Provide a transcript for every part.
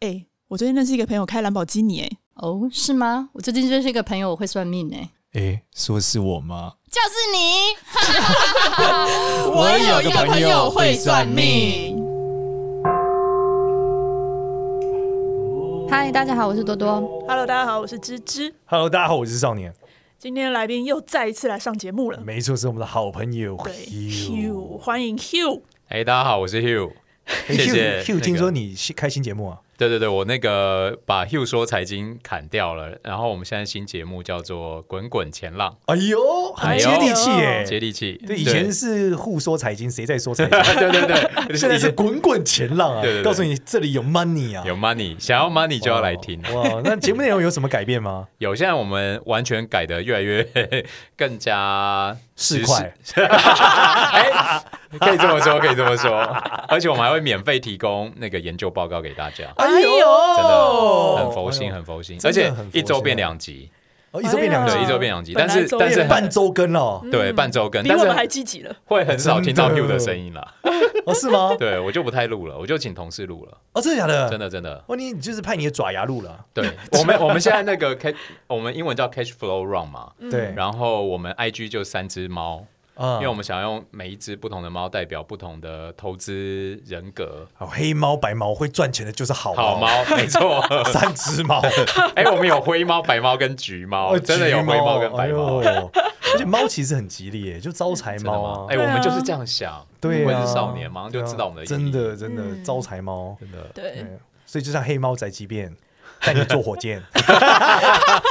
哎、我最近认识一个朋友开兰博基尼、哎，哦，是吗？我最近认识一个朋友，我会算命哎、诶，说是我吗？就是你。 我有一个朋友会算命。嗨，大家好，我是多多。 Hello，大家好，我是芝芝。 Hello，大家好，我是少年，今天的来宾又再一次来上节目了，没错，是我们的好朋友对 Hugh。 ，Hugh，欢迎 Hugh。哎、大家好，我是 Hugh。诶谢谢哎 Hugh Hugh，那个听说你是开新节目啊？对对对，我那个把 Hugh 说财经砍掉了，然后我们现在新节目叫做《滚滚前浪哎呦，很哎呦接地气耶、》，接力器。对，以前是互说财经，谁在说财经？对对对 对，现在是滚滚前浪啊！对对对告诉你，这里有 money 啊！有 money，想要 money 就要来听。哇！哇那节目内容有什么改变 吗？有，现在我们完全改的越来越更加市实侩事。 哎，可以这么说，可以这么说。而且我们还会免费提供那个研究报告给大家，哎呦，真的很佛心，哎呦很佛心。真而的且很佛心一周变两集，哦，一周变两哎集呀，对，一周变两集，本但来是周但是变很半周更了 哦，对半周更，嗯比但我是们还积极了。会很少听到真 Hugh 的的声音啦。哦是吗？对我就不太录了，我就请同事录 了。哦，真的假的？真的 真的，哇，你你就是派你的爪牙录了啊，对 我们我们现在那个 cash，我们英文叫 cash flow run 嘛，嗯对，嗯嗯啊然后我们 IG 就三只猫，因因为我们想要用每一只不同的猫代表不同的投资人格。好黑猫白猫会赚钱的就是好好，猫， 没错。三只 猫，哎，我们有灰猫、白猫跟橘猫，真的有橘灰猫跟白猫。哎呦而且猫其实很吉利耶，就招财真的猫啊？吗哎，，对我啊们就是这样想，对我啊，也哎是少年，马上就知道我们的意真义。的真的嗯招财猫，真的，对，对所以就像黑猫宅急便带你坐火 箭，啊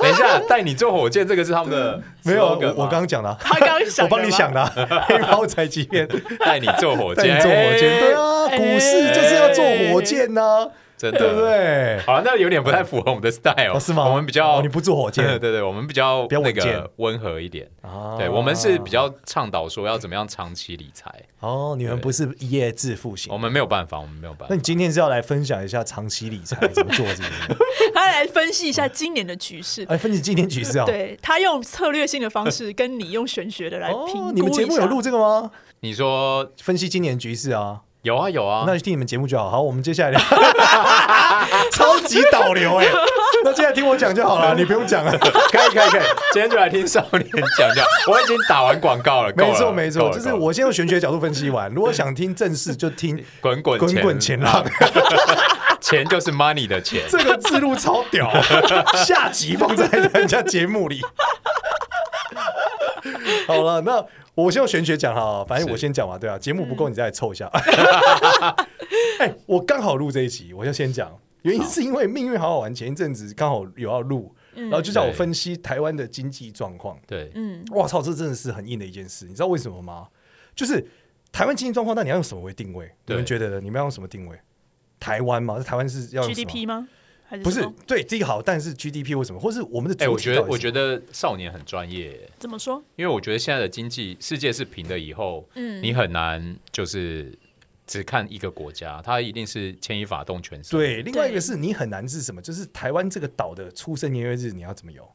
等一下，带你坐火箭，这个是他们的 没有，我 slogan 吗我刚讲的啊，他刚想，我帮你想，的啊，黑猫宅急 便带你坐 火带箭，你坐火箭，对啊，哎股市就是要坐火箭呐，真的对不对？好，那有点不太符合我们的 style，、哦是吗？我们比较、哦你不坐火 对箭对对，我们比较比较那稳健个温和一点。啊对我们是比较倡导说要怎么样长期理财，哦，你们对不是一夜致富型我。们没有办法，我们没有办那法你。今天是要来分享一下长期理财怎么做，是不是？他来分析一下今年的局势。哎，分析今天局势啊。对他用策略性的方式，跟你用玄学的来评估一哦下。，你们节目有录这个吗？你说分析今年局势啊，有啊有啊那，就听你们节目就好。好，我们接 下来聊，超级导流哎、那接下来听我讲就好 了，你不用讲了。可以哎可以可以，今天就来听少年讲讲。我已经打完广告了，够没了错没够错，了就是够了我先用玄学角度分析完，如果想听正事就听滚滚滚滚前浪， 钱就是 money 的钱。 这个字路超 屌，下集放在人家节目里。好了，那我先用玄学讲哈，反正我是嗯先讲嘛，对啊，节目不够你再来凑一下。 哎、我刚好录这一集，我就先讲，原因是因为命运好好玩，前一阵子刚好有要录，嗯然后就叫我分析台湾的经济状况。对，嗯，哇操，这真的是很硬的一件事，你知道为什么吗？就是台湾经济状况，那你要用什么为定位？你对们觉得呢？你们要用什么定位？台湾吗？台湾是要用什么 GDP 吗？还是不什是么对这个好，但是 GDP 为什么，或是我们的哎、主我体觉到得底是我觉得少年很专业，怎么说？因为我觉得现在的经济世界是平的以后，嗯你很难就是只看一个国家，它一定是牵一发动全身。对，另外一对个是你很难是什么？就是台湾这个岛的出生年月日你要怎么有？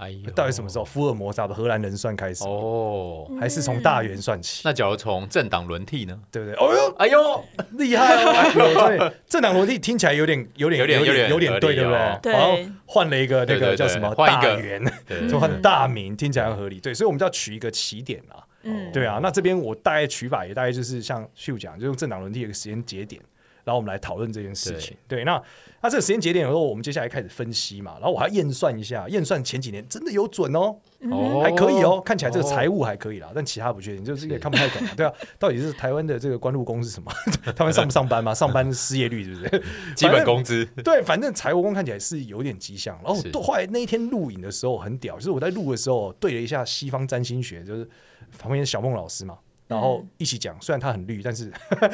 哎呦，到底什么时嗯候？福尔摩沙的荷兰人算开始，哦，还是从大元算起？那假如从政党轮替呢？对不对？哦哟，哎呦，厉害 哦！有对，这两个轮替听起来有点有点有点有有点有点对，合理对不哦对对？然后换了一个那对对个对叫什么换一个大元， 对就换大名，听起来很合理。对，所以我们就要取一个起点啦。嗯，对啊，那这边我大概取法也大概就是像秀讲，就用政党轮替的一个时间节点，然后我们来讨论这件事情。对，那那这个时间节点以后，我们接下来开始分析嘛，然后我还要验算一下，验算前几年真的有准哦，哦还可以哦，看起来这个财务还可以啦，但其他不确定，就是也看不太懂嘛。 对啊，到底是台湾的这个关路工是什么？ 他们上不上班嘛？上班失业率是不是？嗯基本工资 对，反正财务工看起来是有点迹象。然后是都后来那一天录影的时候很屌，就是我在录的时候对了一下西方占星学，就是旁边小孟老师嘛，然后嗯一起讲。虽然他很绿，但是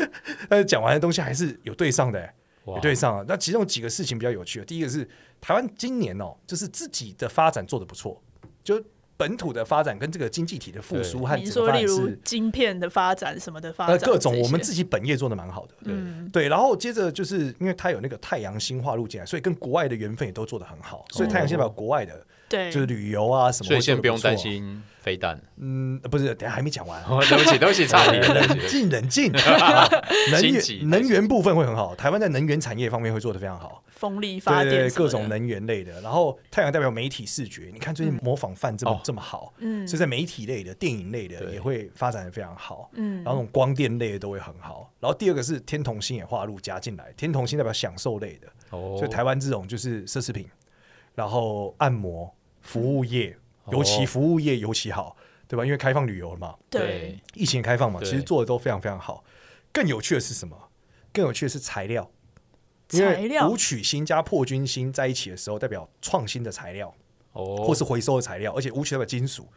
但是讲完的东西还是有对上的、欸，有哇对上啊。那其中有几个事情比较有趣的，第一个是台湾今年哦、就是自己的发展做得不错，就本土的发展跟这个经济体的复苏和你整说个发例展如是晶片的发展什么的发呃展，各种这我们些自己本业做的蛮好的，对嗯对，然后接着啊就是因为它有那个太阳星化入进来，所以跟国外的缘分也都做得很好，所以太阳星把国外的对，就是旅游啊什么，所以先会做得不用错担。心飞弹。嗯，呃不是，等一下还没讲完。 哎哦，对不起，对 不起，差点，对不冷起。静，冷 静。 啊能心急源能源部分会很好，台湾在能源产业方面会做得非常好。风力发对电对对，什么各种的，能源类的。然后太阳代表媒体视觉，你看最近模仿犯这么、哦这么好，嗯所以在媒体类的、电影类的对也会发展的非常好。嗯然后那种光电类的都会很好。然后第二个是天童星也划入加进来，天童星代表享受类的，哦所以台湾这种就是奢侈品，然后按摩服务业，尤其哦服务业尤其好，对吧？因为开放旅游了嘛，对，疫情开放嘛，对其实做的都非常非常好。更有趣的是什么？更有趣的是材料，因材为料武曲星加破军星在一起的时候，代表创新的材料哦，或是回收的材料，而且武曲代表金属，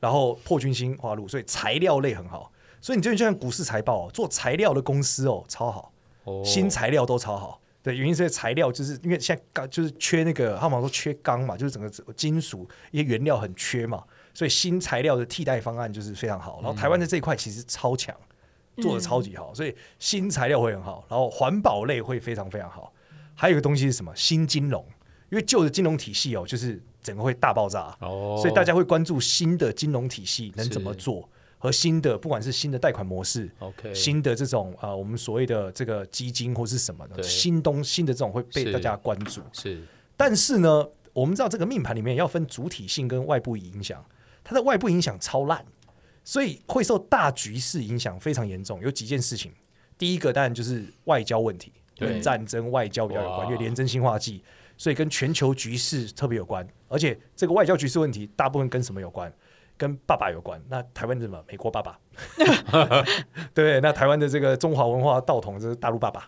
然后破军星花露，所以材料类很好。所以你最近就看股市财报、哦，做材料的公司哦，超好，哦新材料都超好。对，原因是因为材料就是因为现在钢就是缺那个，他们说缺钢嘛，就是整个金属一些原料很缺嘛，所以新材料的替代方案就是非常好。嗯然后台湾在这一块其实超强，做的超级好，所以新材料会很好，然后环保类会非常非常好。还有一个东西是什么？新金融，因为旧的金融体系哦，就是整个会大爆炸，哦，所以大家会关注新的金融体系能怎么是做，和新的不管是新的贷款模式， OK 新的这种呃我们所谓的这个基金或是什么的对新东新的这种会被是大家关注。是但是呢，我们知道这个命盘里面要分主体性跟外部影响，它的外部影响超烂，所以会受大局势影响非常严重。有几件事情，第一个当然就是外交问题，对跟战争、外交比较有关，哇因为连征新化剂，所以跟全球局势特别有关。而且这个外交局势问题，大部分跟什么有关？跟爸爸有关，那台湾是什么？美国爸 爸，对，那台湾的这个中华文化道统就是大陆爸爸，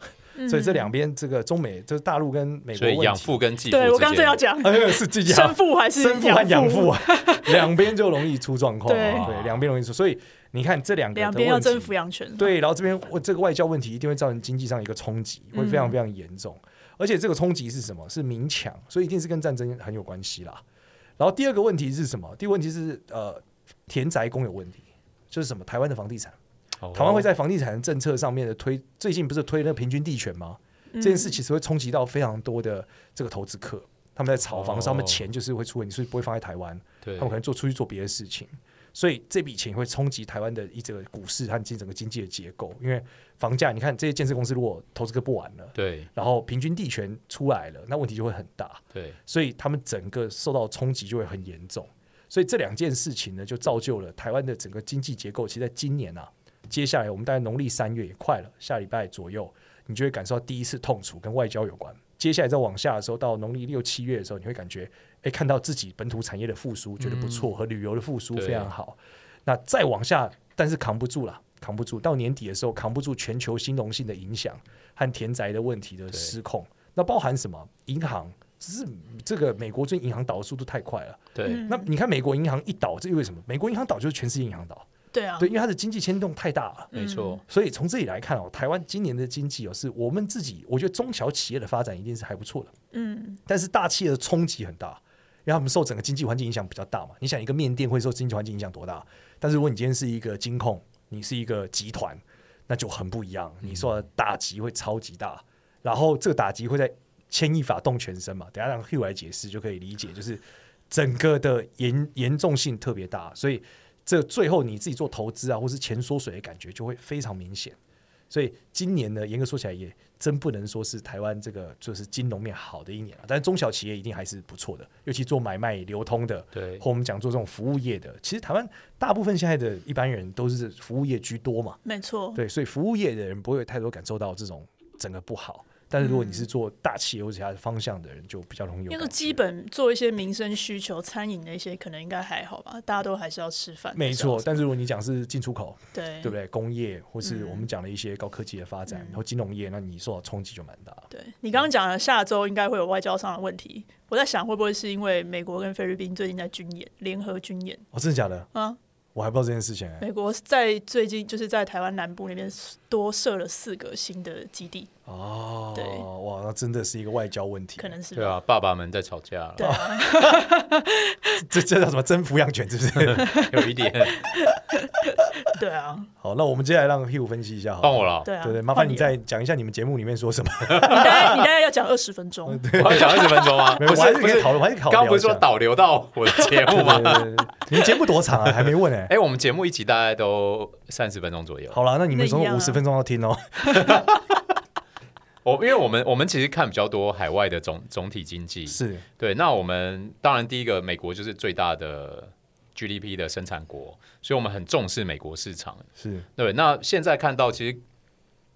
所以这两边这个中美就是大陆跟美国所问以题，养父跟继父之间，对我刚正要 讲，哎，是自己生父还是生父和养父父，啊， 两边就容易出状况对啊，对，两边容易出，所以你看这两个两的边要问题争抚养权，，对，然后这边我这个外交问题一定会造成经济上一个冲击，会非常非常严重，而且这个冲击是什么？是民强，所以一定是跟战争很有关系啦。然后第二个问题是什么？第一个问题是呃，田宅工有问题，就是什么？台湾的房地产，哦台湾会在房地产政策上面的推，最近不是推那个平均地权吗？这件事其实会冲击到非常多的这个投资客，他们在炒房，哦上面钱就是会出问题，所以不会放在台湾，对他们可能做出去做别的事情，所以这笔钱会冲击台湾的一整个股市和整个经济的结构，因为房价，你看这些建设公司如果投资客不玩了，对然后平均地权出来了，那问题就会很大。对所以他们整个受到冲击就会很严重。所以这两件事情呢，就造就了台湾的整个经济结构。其实，在今年啊，接下来我们大概农历三月也快了，下礼拜左右，你就会感受到第一次痛楚跟外交有关。接下来再往下的时候，到农历六七月的时候，你会感觉，哎，看到自己本土产业的复苏，觉得不错，和旅游的复苏对非常好。那再往下，但是扛不住了，扛不住。到年底的时候，扛不住全球金融性的影响和田宅的问题的失控。那包含什么？银行，只是这个美国最近银行倒的速度太快了。嗯对那你看美国银行一倒，这意味什么？美国银行倒就是全世界银行倒，对啊，对，因为它的经济牵动太大了。没错嗯所以从这里来看哦，台湾今年的经济哦，是我们自己，我觉得中小企业的发展一定是还不错的，嗯，但是大企业的冲击很大，因为他们受整个经济环境影响比较大嘛。你想一个面店会受经济环境影响多大？但是如果你今天是一个金控，你是一个集团，那就很不一样，你受到的打击会超级大，然后这个打击会在牵一发动全身嘛。等一下让 Hugh 来解释就可以理解，就是整个的严严重性特别大，所以这最后你自己做投资啊，或是钱缩水的感觉就会非常明显。所以今年呢，严格说起来也真不能说是台湾这个就是金融面好的一年啊，但是中小企业一定还是不错的，尤其做买卖流通的，对或我们讲做这种服务业的，其实台湾大部分现在的一般人都是服务业居多嘛，没错，对，所以服务业的人不会有太多感受到这种整个不好，但是如果你是做大企业或者其他方向的人，就比较容易应有该感说觉。基本嗯做一些民生需求，餐饮那些可能应该还好吧，大家都还是要吃饭，没错，这样子但是如果你讲是进出口，对嗯对不对？工业或是我们讲的一些高科技的发展，然后金融业，那你受到冲击就蛮大。对你刚刚讲了，下周应该会有外交上的问题。我在想，会不会是因为美国跟菲律宾最近在军演，联合军演哦，真的假的？啊？我还不知道这件事情、欸。美国在最近就是在台湾南部那边多设了四个新的基地，哦，对哇，那真的是一个外交问题，可能是对吧。啊，爸爸们在吵架了，对啊，这这叫什么真抚养权，是不是？ 有 一点，对啊，好，那我们接下来让 Hugh 分析一下好了，换我了，对啊，对对，麻烦换你了再讲一下你们节目里面 说什么。你大概你大概要讲二十分钟，我要讲二十分钟吗？没有不我还是是不可以是，讨论我还是考刚刚聊不是一说下导流到我的节目吗？对对对对你们节目多长啊？还没问哎、哎、我们节目一集大概都三十分钟左右。好了，那你们那总一共样五啊十分钟要听 哦。我因为我们我们其实看比较多海外的总总体经济，是对。那我们当然第一个，美国就是最大的 GDP 的生产国，所以我们很重视美国市场。是，对，那现在看到其实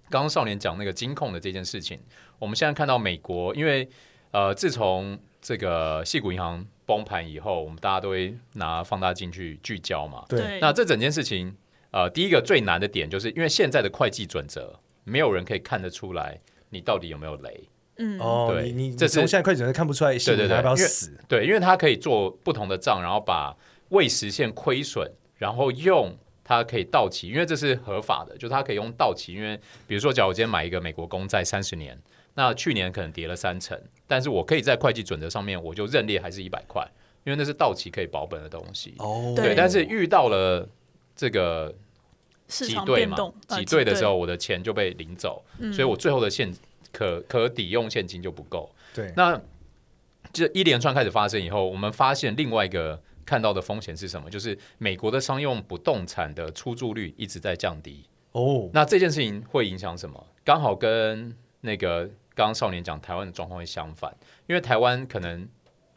刚刚少年讲那个金控的这件事情，我们现在看到美国，因为呃，自从这个系股银行崩盘以后，我们大家都会拿放大镜去聚焦嘛。对，那这整件事情，呃，第一个最难的点就是因为现在的会计准则，没有人可以看得出来你到底有没有雷。嗯，哦，你对你你这从是现在快准看不出来，对对对要不要因为死？对，因为它可以做不同的账，然后把未实现亏损，然后用它可以到期，因为这是合法的，就它可以用到期。因为比如说，假如我今天买一个美国公债三十年，那去年可能跌了三成，但是我可以在会计准则上面我就认列还是一百块，因为那是到期可以保本的东西。哦，对对，但是遇到了这个市挤场兑变嘛动，，呃挤兑的时候，我的钱就被领走，嗯所以我最后的现可可抵用现金就不够。对，那这一连串开始发生以后，我们发现另外一个看到的风险是什么？就是美国的商用不动产的出租率一直在降低。哦，那这件事情会影响什么？刚好跟那个刚刚少年讲台湾的状况会相反，因为台湾可能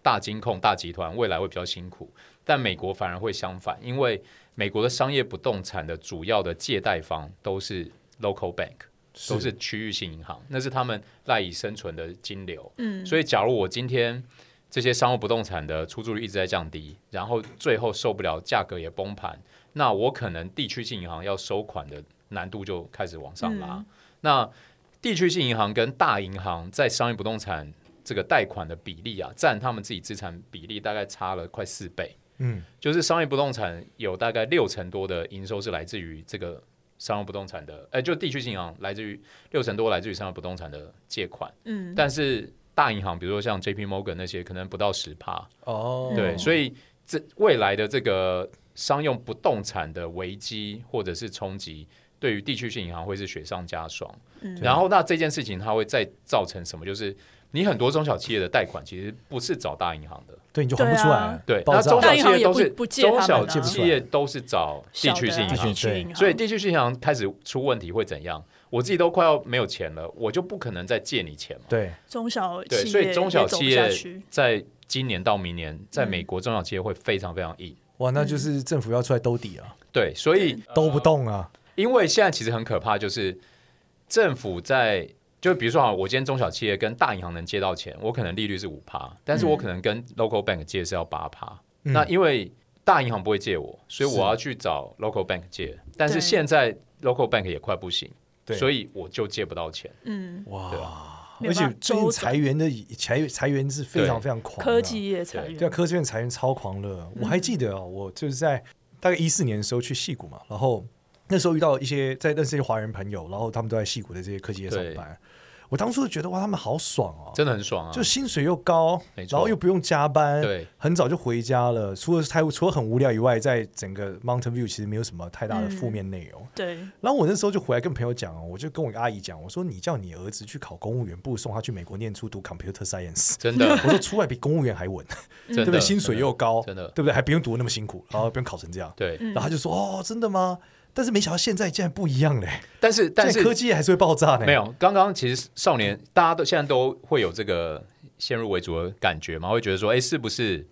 大金控、大集团未来会比较辛苦，但美国反而会相反，因为美国的商业不动产的主要的借贷方都是 local bank，都是区域性银行，那是他们赖以生存的金流。嗯，所以，假如我今天这些商务不动产的出租率一直在降低，然后最后受不了，价格也崩盘，那我可能地区性银行要收款的难度就开始往上拉。嗯那地区性银行跟大银行在商业不动产这个贷款的比例啊，占他们自己资产比例大概差了快四倍。嗯，就是商业不动产有大概六成多的营收是来自于这个商业不动产的，哎，就地区性银行来自于六成多来自于商业不动产的借款。嗯，但是大银行，比如说像 J P Morgan 那些，可能不到十趴。哦，对，所以这未来的这个商用不动产的危机或者是冲击，对于地区性银行会是雪上加霜。嗯然后那这件事情它会再造成什么？就是你很多中小企业的贷款其实不是找大银行的，对，你就还不出来了，啊对，爆那炸中小大企银行业也都不是不借中他小们啊企业都是找地小区的性银啊行地。区对银行，所以地区性银行开始出问题会怎样？我自己都快要没有钱了，我就不可能再借你钱嘛。对，中小企对，业所以中小企也走业不下去嗯在今年到明年，在美国中小企业会非常非常硬。哇，那就是政府要出来兜底啊，对，所以兜不动啊，因为现在其实很可怕，就是政府在就比如说啊，我今天中小企业跟大银行能借到钱，我可能利率是五趴，但是我可能跟 local bank 借是要八趴。嗯那因为大银行不会借我，所以是我要去找 local bank 借。但是对现在 local bank 也快不行，对，所以以我就借不到钱。嗯，对啊哇，没而有且办法最近周裁员的裁裁员是非常对非常狂的啊，科技业裁员对啊，科技院裁员超狂热。我还记得啊、我就是在大概一四年的时候去戏谷嘛，然后那时候遇到一些在认识一些华人朋友，然后他们都在戏谷的这些科技业上对班。我当初就觉得哇，他们好爽哦、真的很爽啊！就薪水又高，没然错后又不用加班，对，很早就回家了。除了太除了很无聊以外，在整个 Mountain View 其实没有什么太大的负面内容。对，然后我那时候就回来跟朋友讲哦，我就跟我一个阿姨讲，我说你叫你儿子去考公务员，不如送他去美国念书读 Computer Science。 真的，我说出来比公务员还稳。真的，对不对？薪水又高，真的嗯对不对？还不用读那么辛苦，然后不用考成这样。对。然后他就说：“哦，真的吗？”但是没想到现在竟然不一样嘞，但是但现在是科技业还是会爆炸呢。没，有，刚刚其实少年大家都现在都会有这个先入为主的感觉嘛，会觉得说，哎，是不是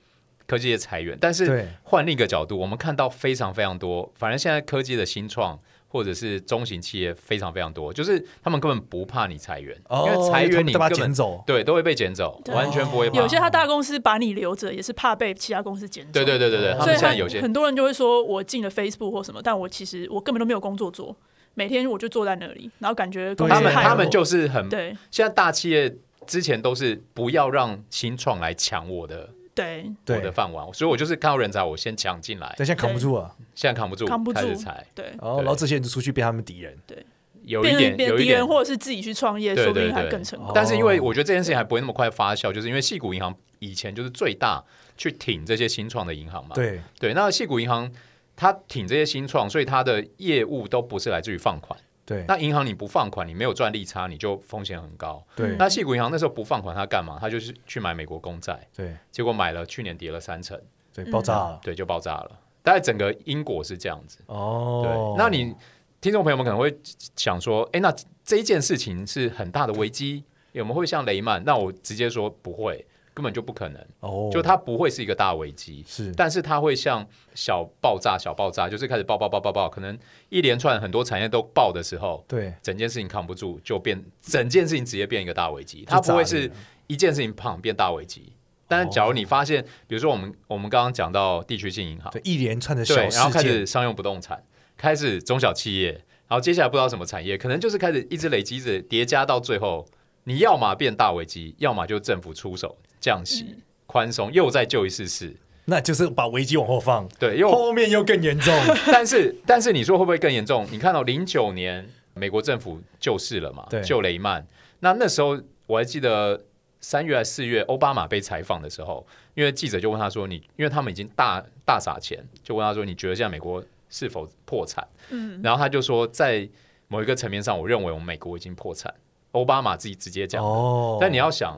科技的裁员？但对是换另一个角度，我们看到非常非常多，反正现在科技的新创或者是中型企业非常非常多，就是他们根本不怕你裁员，哦因为裁员你他们都把根它捡本走对都会被捡走，对完全不会怕。有些他大公司把你留着，也是怕被其他公司捡走。对对对对对，所他们以现在有些很多人就会说，我进了 Facebook 或什么，但我其实我根本都没有工作做，每天我就坐在那里，然后感觉公司他们害我他们就是很对现在大企业之前都是不要让新创来抢我的对我对的，饭碗，所以我就是看到人才我先抢进来。嗯但现在扛不住啊，哦现在扛不住，扛不住开始裁。对然后然后这些人就出去变他们敌人。对，有一变成点，变有一敌点人，或者是自己去创业，对说不定对哦还对更成功。但是因哦为我觉得这件事情还不会那么快发酵，就是因为细谷银行以前就是最大去挺这些新创的银行嘛。对对，那细谷银行它挺这些新创，所以它的业务都不是来自于放款。对那银行你不放款，你没有赚利差，你就风险很高。对那细谷银行那时候不放款，它干嘛？它就是去买美国公债，对结果买了，去年跌了三成，对，爆炸了对，就爆炸了。大概整个英国是这样子。哦对，。那你听众朋友们可能会想说，哎，那这一件事情是很大的危机，有没有会像雷曼？那我直接说不会，根本就不可能，哦，就它不会是一个大危机。是但是它会像小爆炸、小爆炸，就是开始爆爆爆爆爆，可能一连串很多产业都爆的时候，对整件事情扛不住，就变整件事情直接变一个大危机。就它不会炸裂是了一件事情胖变大危机。但是假如你发现，比如说我们我们刚刚讲到地区性银行，对一连串的对，小然后事开件始，商用不动产，开始中小企业，然后接下来不知道什么产业，可能就是开始一直累积着叠加到最后，你要么变大危机，要么就政府出手降息、宽松，又再救一次市。那就是把危机往后放，对，又后面又更严重。但是但是你说会不会更严重？你看到零九年美国政府救市了嘛对？救雷曼。那那时候我还记得三月还是四月，奥巴马被采访的时候，因为记者就问他说你：“因为他们已经大大撒钱，就问他说你觉得现在美国是否破产？”嗯，然后他就说，在某一个层面上，我认为我们美国已经破产。奥巴马自己直接 讲，哦但你要想，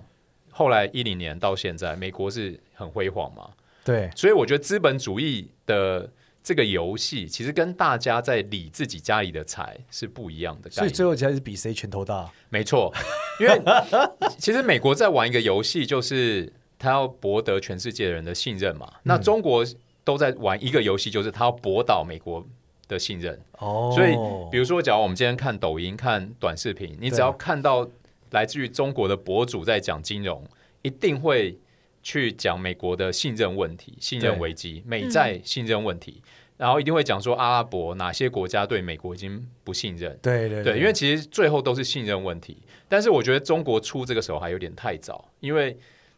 后来一零年到现在，美国是很辉煌嘛，对所以我觉得资本主义的这个游戏，其实跟大家在理自己家里的财是不一样的概所以念。最后才是比谁拳头大。没错，因为其实美国在玩一个游戏，就是他要博得全世界人的信任嘛。那中国都在玩一个游戏，就是他要博导美国的信任。哦，所以，比如说，假如我们今天看抖音、看短视频，你只要看到来自于中国的博主在讲金融，一定会去讲美国的信任问题、信任危机、美债信任问题，然后一定会讲说阿拉伯哪些国家对美国已经不信任。对对对，因为其实最后都是信任问题。但是我觉得中国出这个时候还有点太早，因为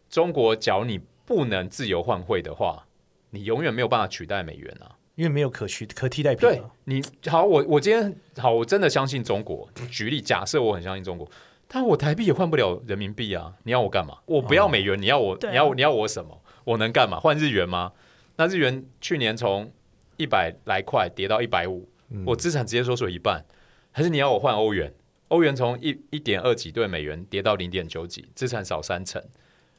中国假如你不能自由换汇的话，你永远没有办法取代美元啊。因为没有可取可替代品对了。你好，我我今天好，我真的相信中国。举例，假设我很相信中国，但我台币也换不了人民币啊！你要我干嘛？我不要美元，你要我，对啊你要你要我什么？我能干嘛？换日元吗？那日元去年从一百来块跌到一百五，我资产直接缩水一半，还是你要我换欧元？欧元从一一点二几对美元跌到零点九几，资产少三成，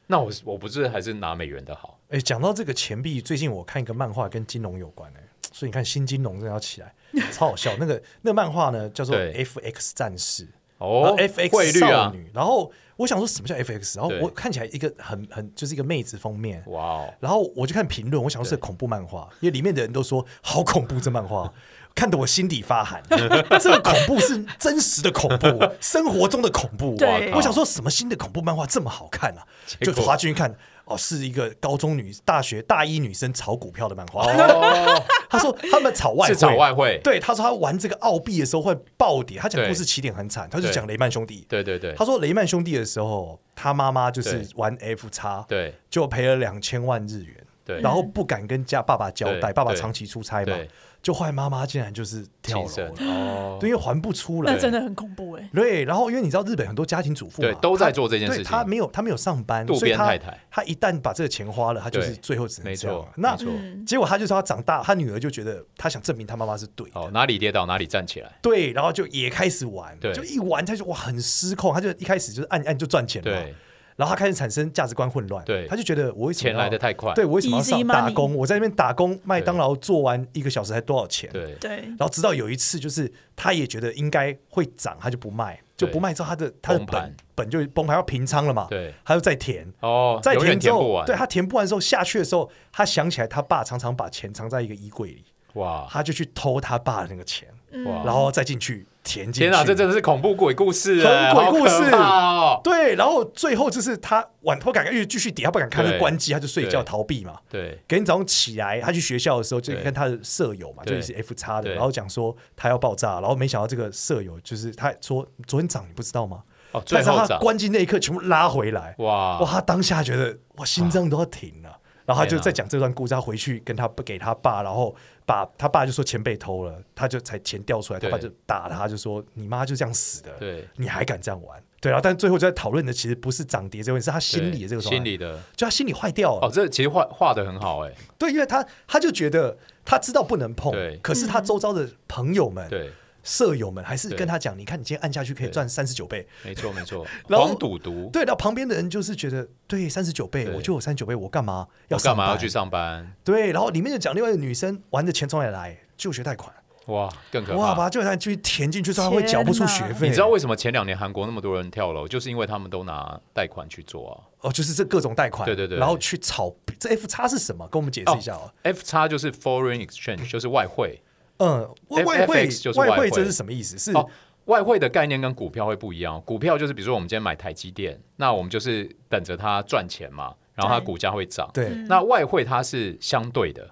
那我我不是还是拿美元的好？哎，讲到这个钱币，最近我看一个漫画跟金融有关哎、所以你看新金融真的要起 来，超好笑。那个那个漫画呢叫做《对 FX 战士》，哦然后 FX 汇率少啊，女。然后我想说什么叫 FX，然后对我看起来一个很很就是一个妹子封面，哇哦！然后我就看评论，我想说是恐怖漫画，因为里面的人都说好恐怖，这漫画 看得我心底发寒。 这个恐怖是真实的恐怖， 生活中的恐怖。对我想说什么新的恐怖漫画这么好看啊？就果滑进去看，哦，是一个高中女、大学大一女生炒股票的漫画。哦， 他说他们炒外汇，是炒外汇对，他说他玩这个澳币的时候会暴跌。他讲故事对起点很惨，他就对讲雷曼兄弟。对对对，他说雷曼兄弟的时候，他妈妈就是对玩 F 叉，对就赔了两千万日元，对然后不敢跟家爸爸交代，对爸爸对长期出差嘛对，就后来妈妈竟然就是跳楼了，哦，对，因为还不出那来。真的很恐怖哎。对，然后因为你知道日本很多家庭主妇嘛对都在她做这件事情对她没有她没有上班，渡边所以她太太她一旦把这个钱花了，她就是对最后只能没这样错了。，那没错。嗯结果她就说她长大，她女儿就觉得她想证明她妈妈是对的，哦，哪里跌倒哪里站起来，对，然后就也开始玩，对就一玩她就哇很失控，她就一开始就是按一按就赚钱嘛对，然后她开始产生价值观混乱，对她就觉得我为什么钱要来的太快，对，我为什么要 Easy 上打 money 工？我在那边打工，麦当劳做完一个小时才多少钱？。对对，然后直到有一次，就是他也觉得应该会涨，他就不卖，就对不卖之后，他的他的崩本盘本就崩盘要平仓了嘛，对，他就再填，哦，再永填远之填不后，完，对他填不完之后下去的时候，他想起来他爸常常把钱藏在一个衣柜里，哇，他就去偷他爸的那个钱，嗯哇然后再进去填进去。天哪，这真的是恐怖鬼故事很哎，鬼故事好可怕哦，对对，然后最后就是他晚不敢看，因为继续跌，他不敢看，他就对关机，他就睡觉对逃避嘛。对隔天早上起来，他去学校的时候，就对跟他的舍友嘛，就对是 F 叉的，对然后讲说他要爆炸，然后没想到这个舍友就是他说昨天涨你不知道吗？哦，但最是后他涨，啊关机那一刻全部拉回来，哇，哇，啊他当下觉得哇心脏都要停了，然后他天就哪在讲这段故事，他回去跟他给他爸，然后把他爸就说钱被偷了，他就才钱掉出来，他对爸就打他，就说你妈就这样死的，对你还敢这样玩？对啊，但最后就在讨论的其实不是涨跌这个问题，是他心理的这个状对态心，理的就他心理坏掉了。哦，这其实画画的很好哎、对，因为他他就觉得他知道不能碰对，可是他周遭的朋友们、对，舍友们还是对跟他讲，你看你今天按下去可以对赚三十九倍。没错没错，然后黄赌毒，对，那旁边的人就是觉得，对，三十九倍，对我就有三十九倍，我干嘛要我干嘛上要班去上班？对，然后里面就讲另外一个女生玩的钱从哪里来，就学贷款，哇，更可哇，怕。把她就贷款去填进去，说她会缴不出学费。啊你知道为什么前两年韩国那么多人跳楼，就是因为他们都拿贷款去做啊。哦，就是这各种贷款，对对对然后去炒这 F 叉是什么？跟我们解释一下哦。 F 叉就是 foreign exchange，就是外汇嗯，外 F- 外汇 FX 就是外外汇汇这是什么意思？是哦。外汇的概念跟股票会不一样，哦股票就是比如说我们今天买台积电，那我们就是等着它赚钱嘛，然后它对股价会涨。对那外汇它是相对的，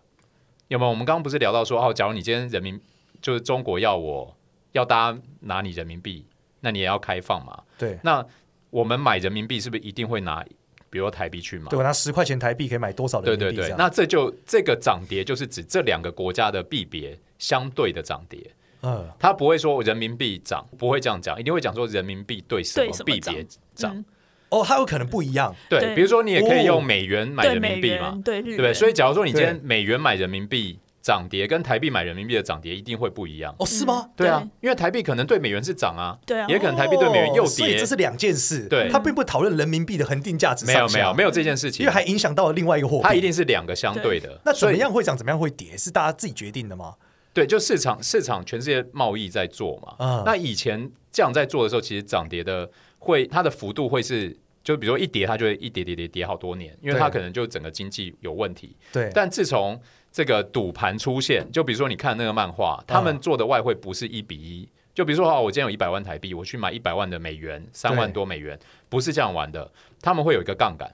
有没有？我们刚刚不是聊到说，哦，假如你今天人民就是中国要我要大家拿你人民币，那你也要开放嘛？对，那我们买人民币是不是一定会拿，比如说台币去买？对我拿十块钱台币可以买多少人对民币？对对这，样那这就这个涨跌就是指这两个国家的币别相对的涨跌，嗯，它不会说人民币涨，不会这样讲，一定会讲说人民币对什对什么么嗯币别涨。哦，它有可能不一样。对，对比如说你也可以哦用美元买对人美民币嘛，元，对对日不对？元，所以假如说你今天对美元买人民币涨跌，跟台币买人民币的涨跌一定会不一样。哦，是吗？对啊，因为台币可能对美元是涨啊，对啊也可能台币对美元又哦所以跌这，是两件事。对他并不讨论人民币的恒定价值没上有下，没有没有这件事情，啊因为还影响到了另外一个货币。它一定是两个相对的。那怎所么以样会涨，怎么样会跌，是大家自己决定的吗？对，就市场市场全世界贸易在做嘛。嗯那以前这样在做的时候，其实涨跌的会它的幅度会是，就比如说一跌，它就会一跌跌跌跌好多年，因为对它可能就整个经济有问题。对，但自从这个赌盘出现，就比如说你看那个漫画，他嗯们做的外汇不是一比一。就比如说，哦，我今天有一百万台币，我去买一百万的美元，三万对多美元，不是这样玩的。他们会有一个杠杆，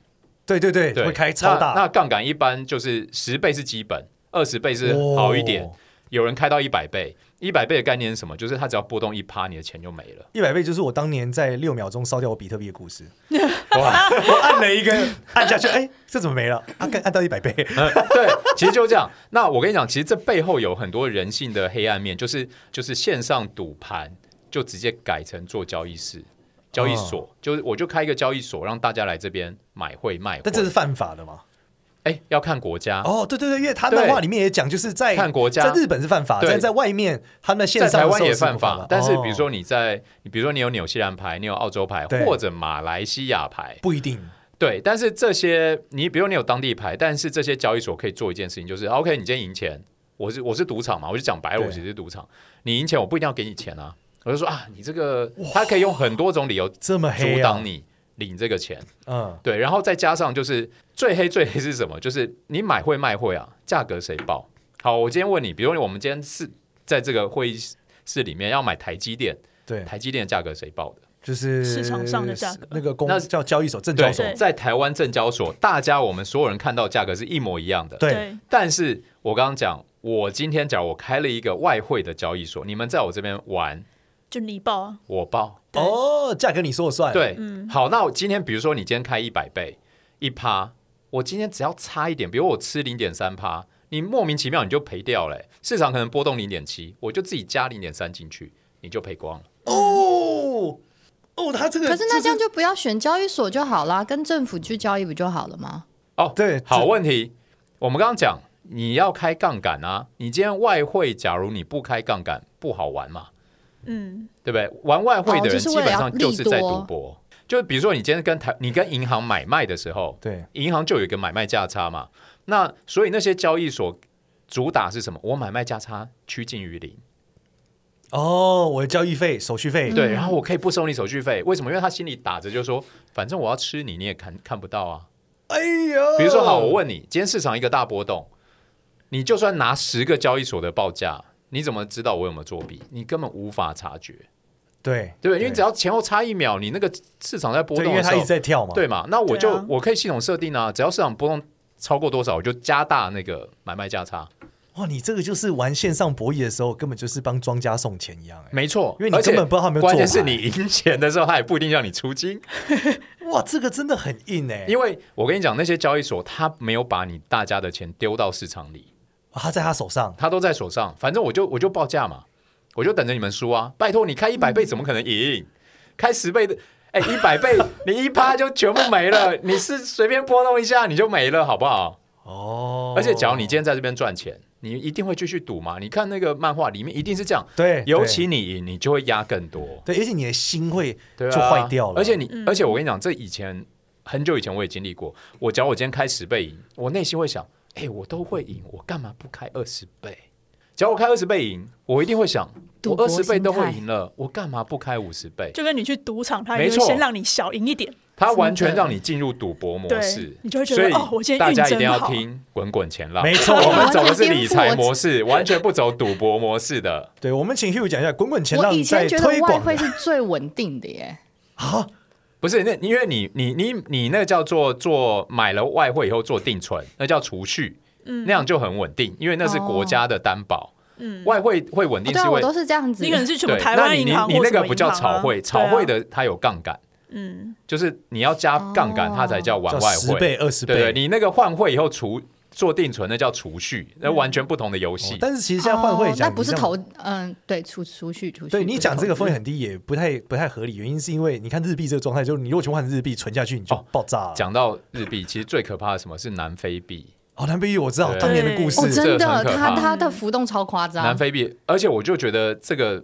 对对对，对，会开超大，那那杠杆一般就是十倍是基本，二十倍是哦好一点，有人开到一百倍，一百倍的概念是什么？就是它只要波动一趴，你的钱就没 了。一百倍就是我当年在六秒钟烧掉我比特币的故事。哇！ 我按了一根， 按下去，哎、这怎么没了？啊，按按到一百倍， 对，其实就这样。那我跟你讲，其实这背后有很多人性的黑暗面，就是就是线上赌盘就直接改成做交易室、交易哦所，就是我就开一个交易所，让大家来这边买汇卖汇。但这是犯法的嘛？哎，要看国家。哦，对对对，因为他漫画里面也讲，就是在看国家在日本是犯法，对但在外面他们线在上台的湾时候也是不犯法的，但是哦比如说你在，你比如说你有纽西兰牌，你有澳洲牌，对或者马来西亚牌，不一定，对，但是这些你比如你有当地牌，但是这些交易所可以做一件事情，就是 OK，你今天赢钱，我是我是赌场嘛，我就讲白了，对我其实是赌场，你赢钱我不一定要给你钱啊，我就说啊，你这个他可以用很多种理由阻这么黑、啊、挡你领这个钱，嗯，对，然后再加上就是最黑最黑是什么？就是你买会卖会啊，价格谁报？好，我今天问你，比如我们今天是在这个会议室里面要买台积电，对，台积电的价格谁报的？就是市场上的价格那个公那叫交易所、证交所，对，在台湾证交所，大家我们所有人看到价格是一模一样的，对对但是我刚刚讲，我今天假如我开了一个外汇的交易所，你们在我这边玩，就你报啊，我报。对哦，价格你说了算，，对，好，那我今天比如说你今天开一百倍一趴，我今天只要差一点，比如我吃零点三趴，你莫名其妙你就赔掉了、欸市场可能波动零点七，我就自己加零点三进去，你就赔光了。哦哦，他这个可是那就这样就不要选交易所就好啦，跟政府去交易不就好了吗？哦，对哎好这问题，我们刚刚讲你要开杠杆啊，你今天外汇假如你不开杠杆不好玩嘛，嗯，对不对？玩外汇的人哦就是为基本了要上就是在利多赌博，就是比如说你今天跟台，你跟银行买卖的时候，对银行就有一个买卖价差嘛。那所以那些交易所主打是什么？我买卖价差趋近于零，哦，我的交易费、手续嗯费，对，然后我可以不收你手续费，为什么？因为他心里打着就说，反正我要吃你，你也看看不到啊。哎呦，比如说，好，我问你，今天市场一个大波动，你就算拿十个交易所的报价，你怎么知道我有没有作弊？你根本无法察觉，对对不对？因为只要前后差一秒，你那个市场在波对，动因为的时它候一直，在跳嘛，对嘛？那我对啊就、我可以系统设定啊，只要市场波动超过多少，我就加大那个买卖价差。哇，你这个就是玩线上博弈的时候，根本就是帮庄家送钱一样、欸。没错，因为你而且根本不知道他有没有关键做是牌你赢钱的时候，他也不一定让你出金，哎哇，这个真的很硬哎、因为我跟你讲，那些交易所他没有把你大家的钱丢到市场里，啊他在他手上，他都在手上，反正我就我就报价嘛，我就等着你们输啊！拜托你开一百倍怎么可能赢？开十倍的，哎、一百倍你一趴就全部没了，你是随便波动一下你就没了，好不好？哦，而且，假如你今天在这边赚钱，你一定会继续赌嘛？你看那个漫画里面一定是这样，对尤其你赢，你就会压更多，对，而且你的心会对啊，就坏掉了，而且你，嗯而且我跟你讲，这以前很久以前我也经历过，我假如我今天开十倍赢，我内心会想，哎、我都会赢，我干嘛不开二十倍？假如我开二十倍赢，我一定会想，赌我博二十倍心都会态赢了，我干嘛不开五十倍？就跟你去赌场，他没也会错先让你小赢一点，它完全真的让你进入赌博模式对，你就会觉得所以哦我今天大家运一定真要好听《滚滚前浪》，没错我们完走全的是颠理覆财我模式，完全不走赌博模式的。对，我们请 Hugh 讲一下滚滚前我浪以在前觉得推外广的汇是最稳定的 耶，啊，不是，那因为你你你你那个叫做做买了外汇以后做定存，那叫储蓄，那样就很稳定，因为那是国家的担保。嗯，啊外汇会稳哦定对是啊，因我为都是这样子你可。能是什么对，台那湾你银你行你或那什个么不银行叫啊炒汇，炒汇，的它有杠杆，对啊嗯，就是你要加杠杆，哦它才叫玩叫外十汇。倍、二十对对，倍。你那个换汇以后除做定存，那叫储蓄，嗯那完全不同的游戏哦。但是其实现在换汇哦讲，那不是你这样投，嗯，对，储储蓄储蓄。对你讲这个风分险很低也不太不太合理，原因是因为你看日币这个状态，就是你如果全部换成日币存下去，你就哦爆炸了。讲到日币，其实最可怕的是什么是南非币？哦，南非币我知道对当年的故哦，事，真这的，很可它怕它的浮动超夸张南。非币，而且我就觉得这个，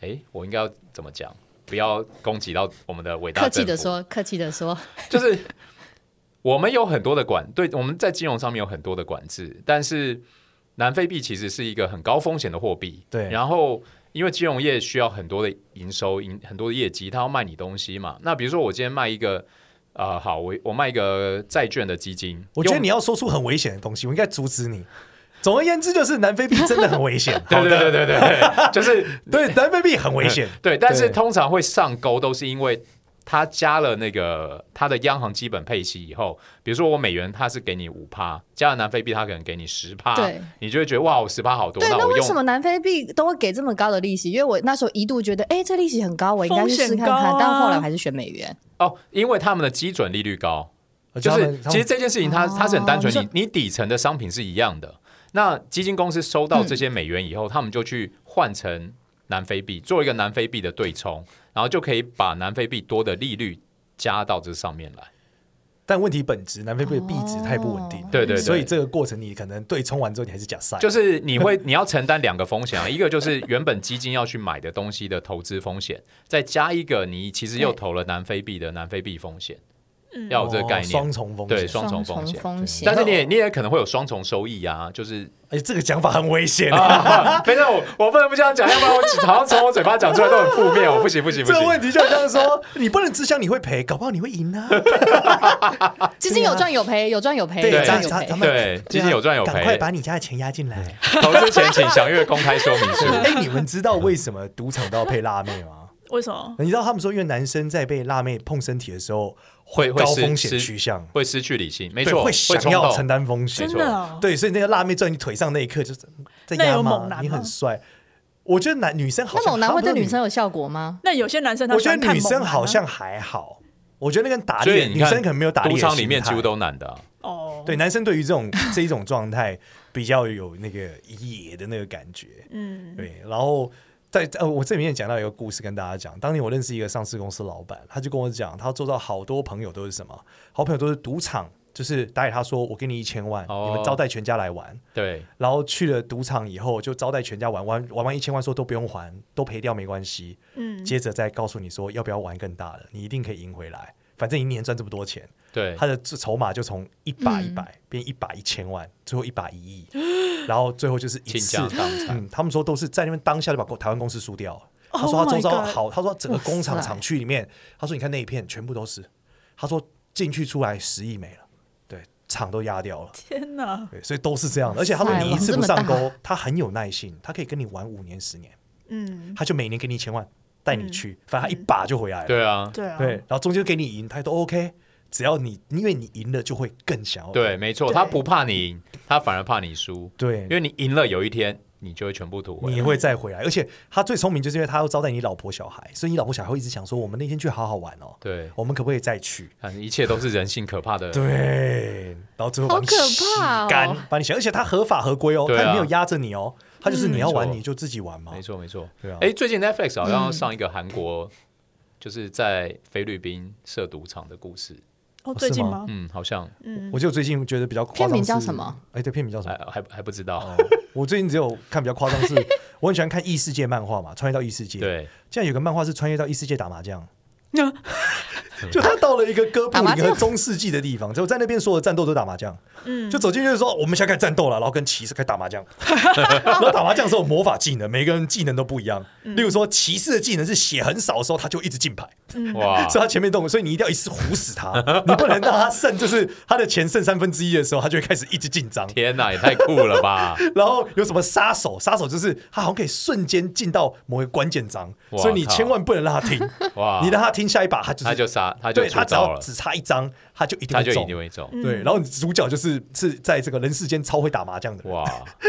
哎，我应该要怎么讲？不要攻击到我们的伟大。客气的，说，客气的说，就是我们有很多的管，对，我们在金融上面有很多的管制，但是南非币其实是一个很高风险的货币。对然后因为金融业需要很多的营收、营很多的业绩，它要卖你东西嘛。那比如说我今天卖一个。啊、好，我我卖一个债券的基金，我觉得用你要说出很危险的东西，我应该阻止你。总而言之，就是南非币真的很危险。 对好对嗯的，对对对对，啊就是对，南非币很危险。对，但对是通常会上钩都是因为它加了那个它的央行基本配息以后，比如说我美元它是给你五趴，加了南非币它可能给你十趴对，你就会觉得哇，我十趴好多，对，那那我为什么用。南非币都会给这么高的利息？因为我那时候一度觉得，哎，这利息很高，我应该去试看风险看高啊，但后来我还是选美元。哦，因为他们的基准利率高，就他是们他其实们这件事情它它是很单纯，哦你你底层的商品是一样的。那基金公司收到这些美元以后，他们就去换成南非币，做一个南非币的对冲，然后就可以把南非币多的利率加到这上面来。但问题本质，南非币的币值太不稳定了。哦对对对所以这个过程你可能对冲完之后，你还是假赛。就是你会你要承担两个风险啊，一个就是原本基金要去买的东西的投资风险，再加一个你其实又投了南非币的南非币风险，要有这个概哦念。双重风对险。嗯双重风险哦风险但是你也你也可能会有双重收益啊，就是 而且哎这个讲法很危险啊！ 啊，反正我我不能不这样讲，要不然我好像从我嘴巴讲出来都很负面，我不行不行不这个问行。题就好像说， 你不能只想你会赔，搞不好你会赢 啊！基金有赚有赔，有赚有赔，对有咱赚有咱赔咱。们对，基金有赚有赶快赔，把你家的钱压进来。投资前请详阅公开说明 书。哎，你们知道为什么赌场都要配辣妹吗？为什么？你知道他们说，因为男生在被辣妹碰身体的时候，会会高失风险失趋向，会失去理性，没对，错，会冲想要动承担风险真没。错的哦，对，所以那个辣妹坐在你腿上那一刻，就是在那压有嘛猛男，吗你很帅。我觉得男女生好那像猛男好会像对女生，有效果吗？那有些男生他我喜觉欢得看女猛男生啊好像还好。我觉得那跟打所以猎，你女看，生可能没有打猎赌的场里心面几态乎都男的啊、哦，对，男生对于 这种这一种状态比较有那个野的那个感觉。嗯，对，然后在呃，我这里面讲到一个故事跟大家讲，当年我认识一个上市公司老板，他就跟我讲，他做到好多朋友都是什么，好朋友都是赌场，就是打给他说，我给你一千万，哦你们招待全家来玩。对，然后去了赌场以后，就招待全家玩玩玩完一千万，说都不用还，都赔掉没关系。嗯接着再告诉你说要不要玩更大的，你一定可以赢回来，反正你一年赚这么多钱。对，他的筹码就从一把嗯一百变一把一千万，最后一把一 亿，然后最后就是一倾次家。荡 产。嗯，他们说都是在那边当下就把台湾公司输掉了。他说 Oh 他周 my 遭 God 好，他说整个工厂哇塞厂区里面，他说你看那一片全部都是，他说进去出来十亿没了，对，厂都压掉了，天哪，对，所以都是这样的。而且他说哇塞你一次这不么大上钩，他很有耐心，他可以跟你玩五年十年，嗯，他就每年给你一嗯千万带你去，反正他一把就回来了。对啊，对啊，对，然后中间给你赢，他都 OK。只要你因为你赢了，就会更想要对，没错，对他不怕你赢，他反而怕你输，对因，为你赢了有一天你就会全部吐回你也来。会再回来。而且他最聪明，就是因为他要招待你老婆小孩，所以你老婆小孩会一直想说：“我们那天去好好玩哦，对，我们可不可以再去看一切都是人性可怕的。？”对，然后最后把你好可洗怕哦干，把你洗，而且他合法合规哦，对啊嗯他也没有压着你哦，他就是你要玩没错你就自己玩嘛没。错，没错。对啊嗯哎、最近 Netflix 好像要上一个韩国，就是在菲律宾设赌场的故事。哦，最近吗？嗯，好像嗯我就最近觉得比较夸张是，片名叫什么？哎，对，片名叫什么还？还还不知道。哦 我最近只有看比较夸张是， 我很喜欢看异世界漫画嘛，穿越到异世界。，对，现在有个漫画是穿越到异世界打麻将，就他到了一个哥布打麻林和将中世纪的地方，就在那边所有的战斗都打麻将，嗯，就走进去就说我们现在开始战斗了，然后跟骑士开始打麻将， 然后打麻将的时候有魔法技能，每个人技能都不一样。嗯例如说骑士的技能是血很少的时候，他就一直进牌，嗯哇，所以他前面动，所以你一定要一次糊死他， 你不能让他剩，就是他的钱剩三分之一的时候，他就会开始一直进张。天哪，也太酷了 吧！然后有什么杀手？杀手就是他好像可以瞬间进到某个关键章，哇所以你靠千万不能让他听。哇，你让他听下一把，他就是他就杀，他就对出他只招要了，只差一张，他就一定他会就中一。定会中。对，然后主角就是是在这个人世间超会打麻将的人，哇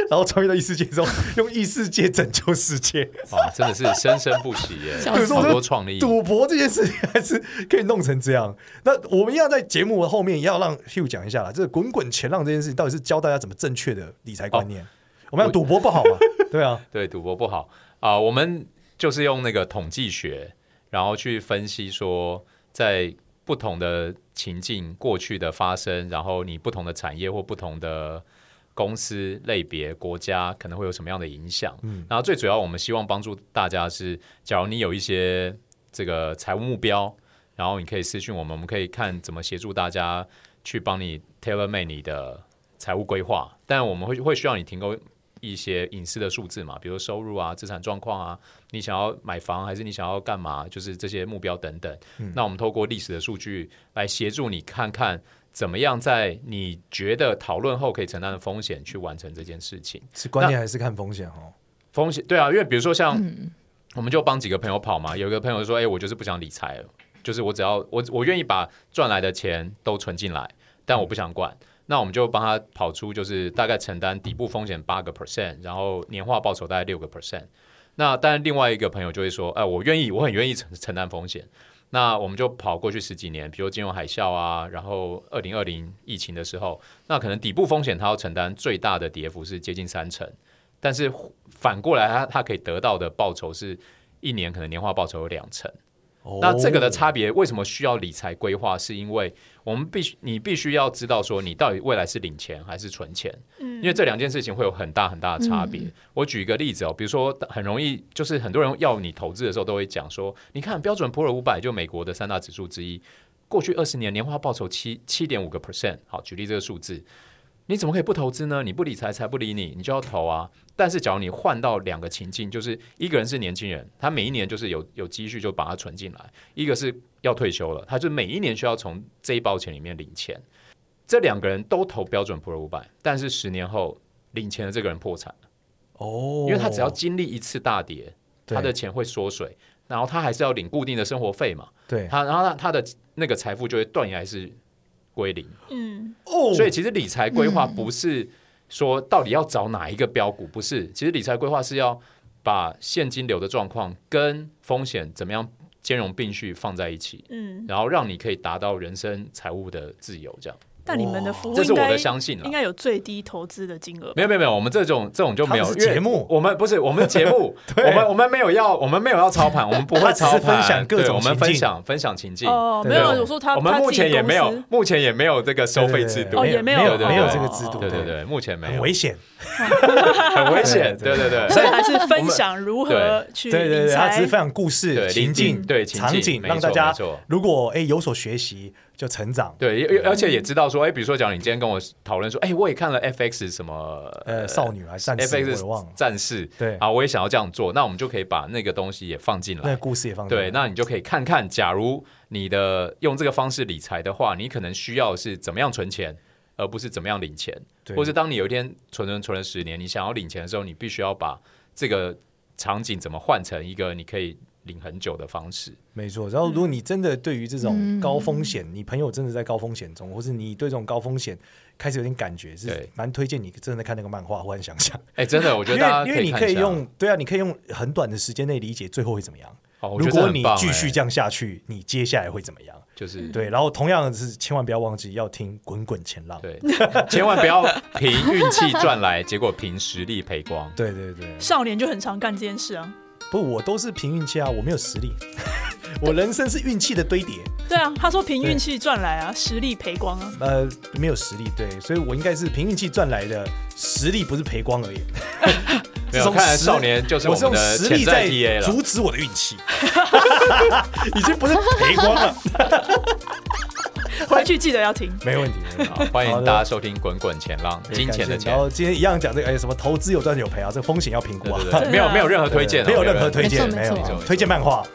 然后穿越到异世界之 后，用异世界拯救世界。哇，真的是生生不息 耶，笑有时好候多创意。赌博这件事情还是可以弄成这样。那我们要在节目后面也要让 Hugh 讲一下啦，这个滚滚钱浪这件事情到底是教大家怎么正确的理财观哦念？我们要赌博不 好嘛？对啊，对，赌博不好啊、我们就是用那个统计学，然后去分析说，在不同的情境过去的发生，然后你不同的产业或不同的公司类别、国家可能会有什么样的影响。嗯，然后最主要我们希望帮助大家是，假如你有一些这个财务目标，然后你可以私讯我们，我们可以看怎么协助大家去帮你 tailor made 你的财务规划。但我们会会需要你提供一些隐私的数字嘛，比如收入啊、资产状况啊，你想要买房还是你想要干嘛，就是这些目标等等。那我们透过历史的数据来协助你看看。怎么样在你觉得讨论后可以承担的风险去完成这件事情？是观念还是看风险哦。风险对啊，因为比如说像，我们就帮几个朋友跑嘛，有一个朋友说，哎、我就是不想理财了，就是我只要我我愿意把赚来的钱都存进来，但我不想管。那我们就帮他跑出，就是大概承担底部风险八个 percent，然后年化报酬大概六个 percent。那当然，另外一个朋友就会说，哎、我愿意，我很愿意承承担风险。那我们就跑过去十几年，比如金融海啸啊，然后二零二零疫情的时候，那可能底部风险他要承担最大的跌幅是接近三成，但是反过来他他可以得到的报酬是一年可能年化报酬有两成。哦那这个的差别为什么需要理财规划？是因为我们必须你必须要知道说你到底未来是领钱还是存钱，因为这两件事情会有很大很大的差别。我举一个例子哦，比如说很容易就是很多人要你投资的时候都会讲说，你看标准普尔五百就美国的三大指数之一，过去二十年年化报酬七七点五个 percent，好，举例这个数字。你怎么可以不投资呢？你不理财，财不理你，你就要投啊。但是，假如你换到两个情境，就是一个人是年轻人，他每一年就是有有积蓄就把它存进来；一个是要退休了，他就每一年需要从这一包钱里面领钱。这两个人都投标准普尔五百，但是十年后领钱的这个人破产了，哦，因为他只要经历一次大跌，对他的钱会缩水，然后他还是要领固定的生活费嘛，对他然后他他的那个财富就会断崖式归零。 嗯，哦所以其实理财规划不是说到底要找哪一个标股，不是，其实理财规划是要把现金流的状况跟风险怎么样兼容并蓄放在一起，嗯，然后让你可以达到人生财务的自由，这样。但你们的服务这是应我该的相信啦应。该有最低投资的金额吧，没有没有没有，我们这种这种就没有他们是因为节目我们不是我们 节目，对我们我们没有要我们没有要操盘，我们不会他只操是盘，分享各对种我们情分境享分享情境。哦，对啊没有，对我说他我们他目自己前也公没有司，目前也没有这个收费制对对度对，哦也没没有有对对没有对这个制度，对对对，目前没很有，危险。 很危险，对对对对，所以还是分享如何去对对理对，他只财是分。享故事、对情情境、境对情场境景，没让大错家没错如果哎有所学习就成长。对，也也而且也知道说，哎，比如说，讲你今天跟我讨论说，哎，我也看了 FX 什么呃，少女还是战士，我也忘了 FX 战士，对啊，我也想要这样做，那我们就可以把那个东西也放进那个来。故事也放进来对，那你就可以看看，假如你的用这个方式理财的话，你可能需要是怎么样存钱，而不是怎么样领钱，对或是当你有一天存存存了十年，你想要领钱的时候，你必须要把这个场景怎么换成一个你可以领很久的方式。没错。然后，如果你真的对于这嗯种高风险，你朋友真的在高风险中，或是你对这种高风险开始有点感觉，是对蛮推荐你真的看那个漫画，忽然想想，哎、真的，我觉因得大为家因为你看可以一下用对啊，你可以用很短的时间内理解最后会怎么样。哦，我如觉得这果很你棒继续哎这样下去，你接下来会怎么样？就是嗯对，然后同样的是，千万不要忘记要听《滚滚前浪》。对，千万不要凭运气赚来，结果凭实力赔光。对对对，少年就很常干这件事啊。不，我都是凭运气啊，我没有实力， 我人生是运气的堆叠，对啊，他说凭运气赚来啊，实力赔光啊。呃，没有实力，对，所以我应该是凭运气赚来的，实力不是赔光而已。没这有，种看来实少年就是我我是用们的实潜力在在 TA 了阻。止我的运 气，已经不是赔光了，回去记得要听。没问题。没问题好欢好迎的大家收听《滚滚前浪》，金钱的感谢钱然。后今天一样讲这个，哎，什么投资有赚有赔啊，这风险要评估对啊。对对，没有没有任何推荐 哦，没有任何推荐，没没错有没错没错推荐漫 画，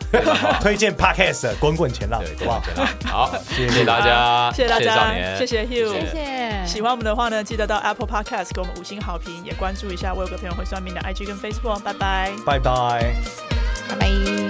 推荐 podcast，滚滚前浪，好对，对不好？对对啊好，谢谢大家，谢谢大少家，年，谢谢 Hugh。谢谢，喜欢我们的话呢，记得到 Apple Podcast 给我们五星好哦评，也关注一下我有个朋友会算命的 IG 跟 Facebook，拜拜。拜拜。拜拜。